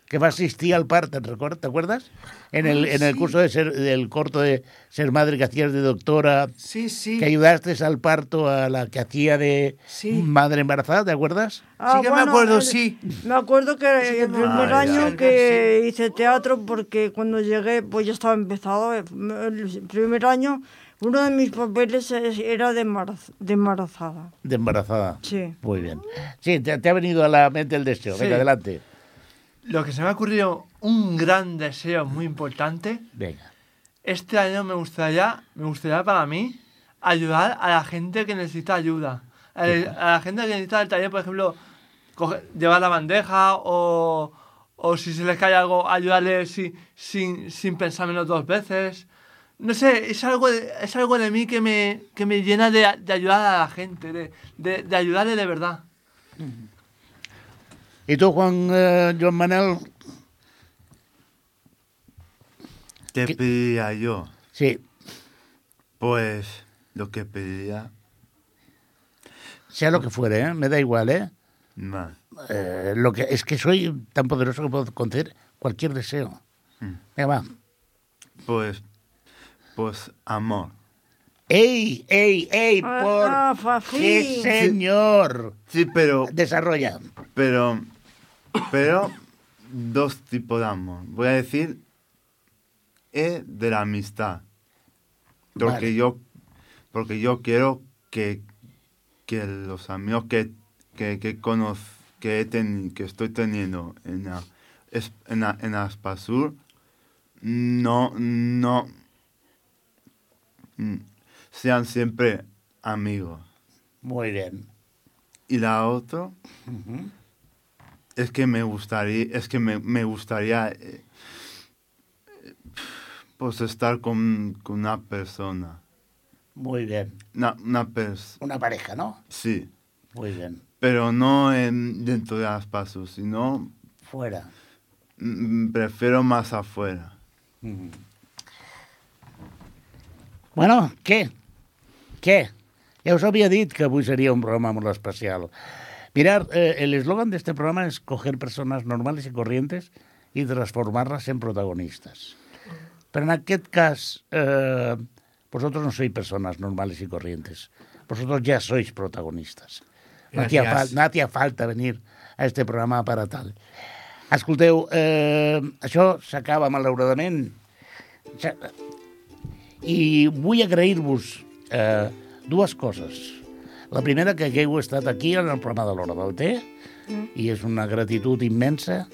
que va a asistir al par, ¿te recuer- te acuerdas? En el, en el
Sí.
curso de ser- del corto de ser madre que hacías de doctora,
Sí, sí.
que ayudaste al parto a la que hacía de madre embarazada, ¿te acuerdas?
Ah, bueno, el-
sí.
Me acuerdo que el primer
Ah, ya.
año que hice teatro, porque cuando llegué, pues ya estaba empezado. eh, El primer año, uno de mis papeles es- era de, embaraz- de embarazada.
De embarazada.
Sí.
Muy bien. Sí, te, te ha venido a la mente el deseo.
Sí.
Venga, adelante.
Lo que se me ha ocurrido, un gran deseo muy importante.
Venga.
Este año me gustaría, me gustaría para mí ayudar a la gente que necesita ayuda. A, a la gente que necesita el taller, por ejemplo, coge- llevar la bandeja o, o si se les cae algo, ayudarles si- sin, sin pensármelo dos veces. No sé, es algo de, es algo de mí que me, que me llena de, de ayudar a la gente, de, de, de ayudarle de verdad.
¿Y tú, Juan, eh, Joan Manuel?
¿Qué, pediría yo?
Sí.
Pues lo que pediría
Sea lo que fuere, ¿eh? me da igual, ¿eh?
más.
Eh, lo que, es que soy tan poderoso que puedo conceder cualquier deseo.
Mm.
Venga, va.
Pues, pues amor.
¡Ey, ey, ey!
Ah,
¡Por
ah, Fafi.
qué señor!
Sí, pero...
Desarrolla.
Pero, pero dos tipos de amor. Voy a decir el E de la amistad. Porque
Vale.
yo, porque yo quiero que, que los amigos que que que, conoz- que, he teni- que estoy teniendo en la, es- en la- en Aspasur no no mm, sean siempre amigos.
Muy bien.
Y la otra
Ujú.
es que me gustaría, es que me, me gustaría eh, pues estar con, con una persona.
Muy bien.
Una, una pers-
Una pareja, ¿no?
Sí.
Muy bien.
Pero no en- dentro de las pasos, sino
Fuera.
mm, prefiero más afuera.
Mm. Bueno, què? Què? Ja us havia dit que avui seria un programa molt especial. Mirar, eh, el eslogan d'este programa és coger persones normals i corrientes i transformarles en protagonistes. Però en aquest cas, eh, vosotros no sois personas normales y corrientes. Vosotros ya sois protagonistas. No hacía,
Gracias.
fal- no hacía falta venir a este programa para tal. Escolteu, eh, això s'acaba, malauradament. S'ha- I vull agrair-vos eh, dues coses. La primera, que hagueu estat aquí en el programa de l'Hora del Té, i és una gratitud immensa,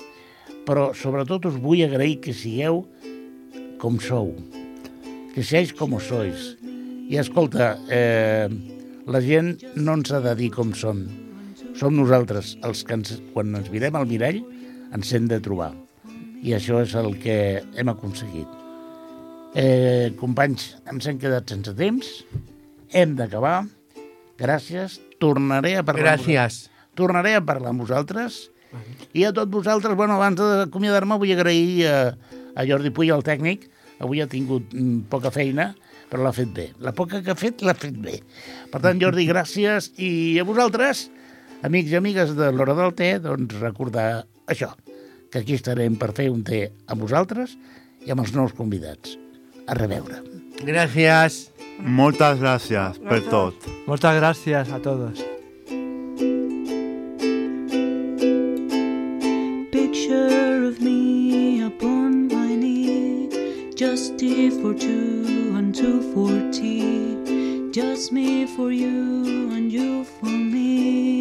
però sobretot us vull agrair que sigueu com sou, que seáis com sois. I escolta, eh, la gent no ens ha de dir com som. Som nosaltres els que ens, quan ens mirem al mirall ens hem de trobar. I això és el que hem aconseguit. Eh, companys, ens hem quedat sense temps. Hem d'acabar. Gràcies. Tornaré a parlar amb
Gràcies.
vosaltres. Tornaré a parlar amb vosaltres. I a tots vosaltres, bueno, abans d'acomiadar-me vull agrair a, a Jordi Puy, el tècnic. Avui ha tingut mm, poca feina, però l'ha fet bé. La poca que ha fet, l'ha fet bé. Per tant, Jordi, gràcies. I a vosaltres, amics i amigues de l'Hora del Té, doncs recordar això, que aquí estarem per fer un té amb vosaltres i amb els nous convidats. A reveure.
Gracias. Moltes gràcies per tot.
Muchas gracias a todos.
picture of me upon my knee, just tea for two and two for tea, just me for you and you for me.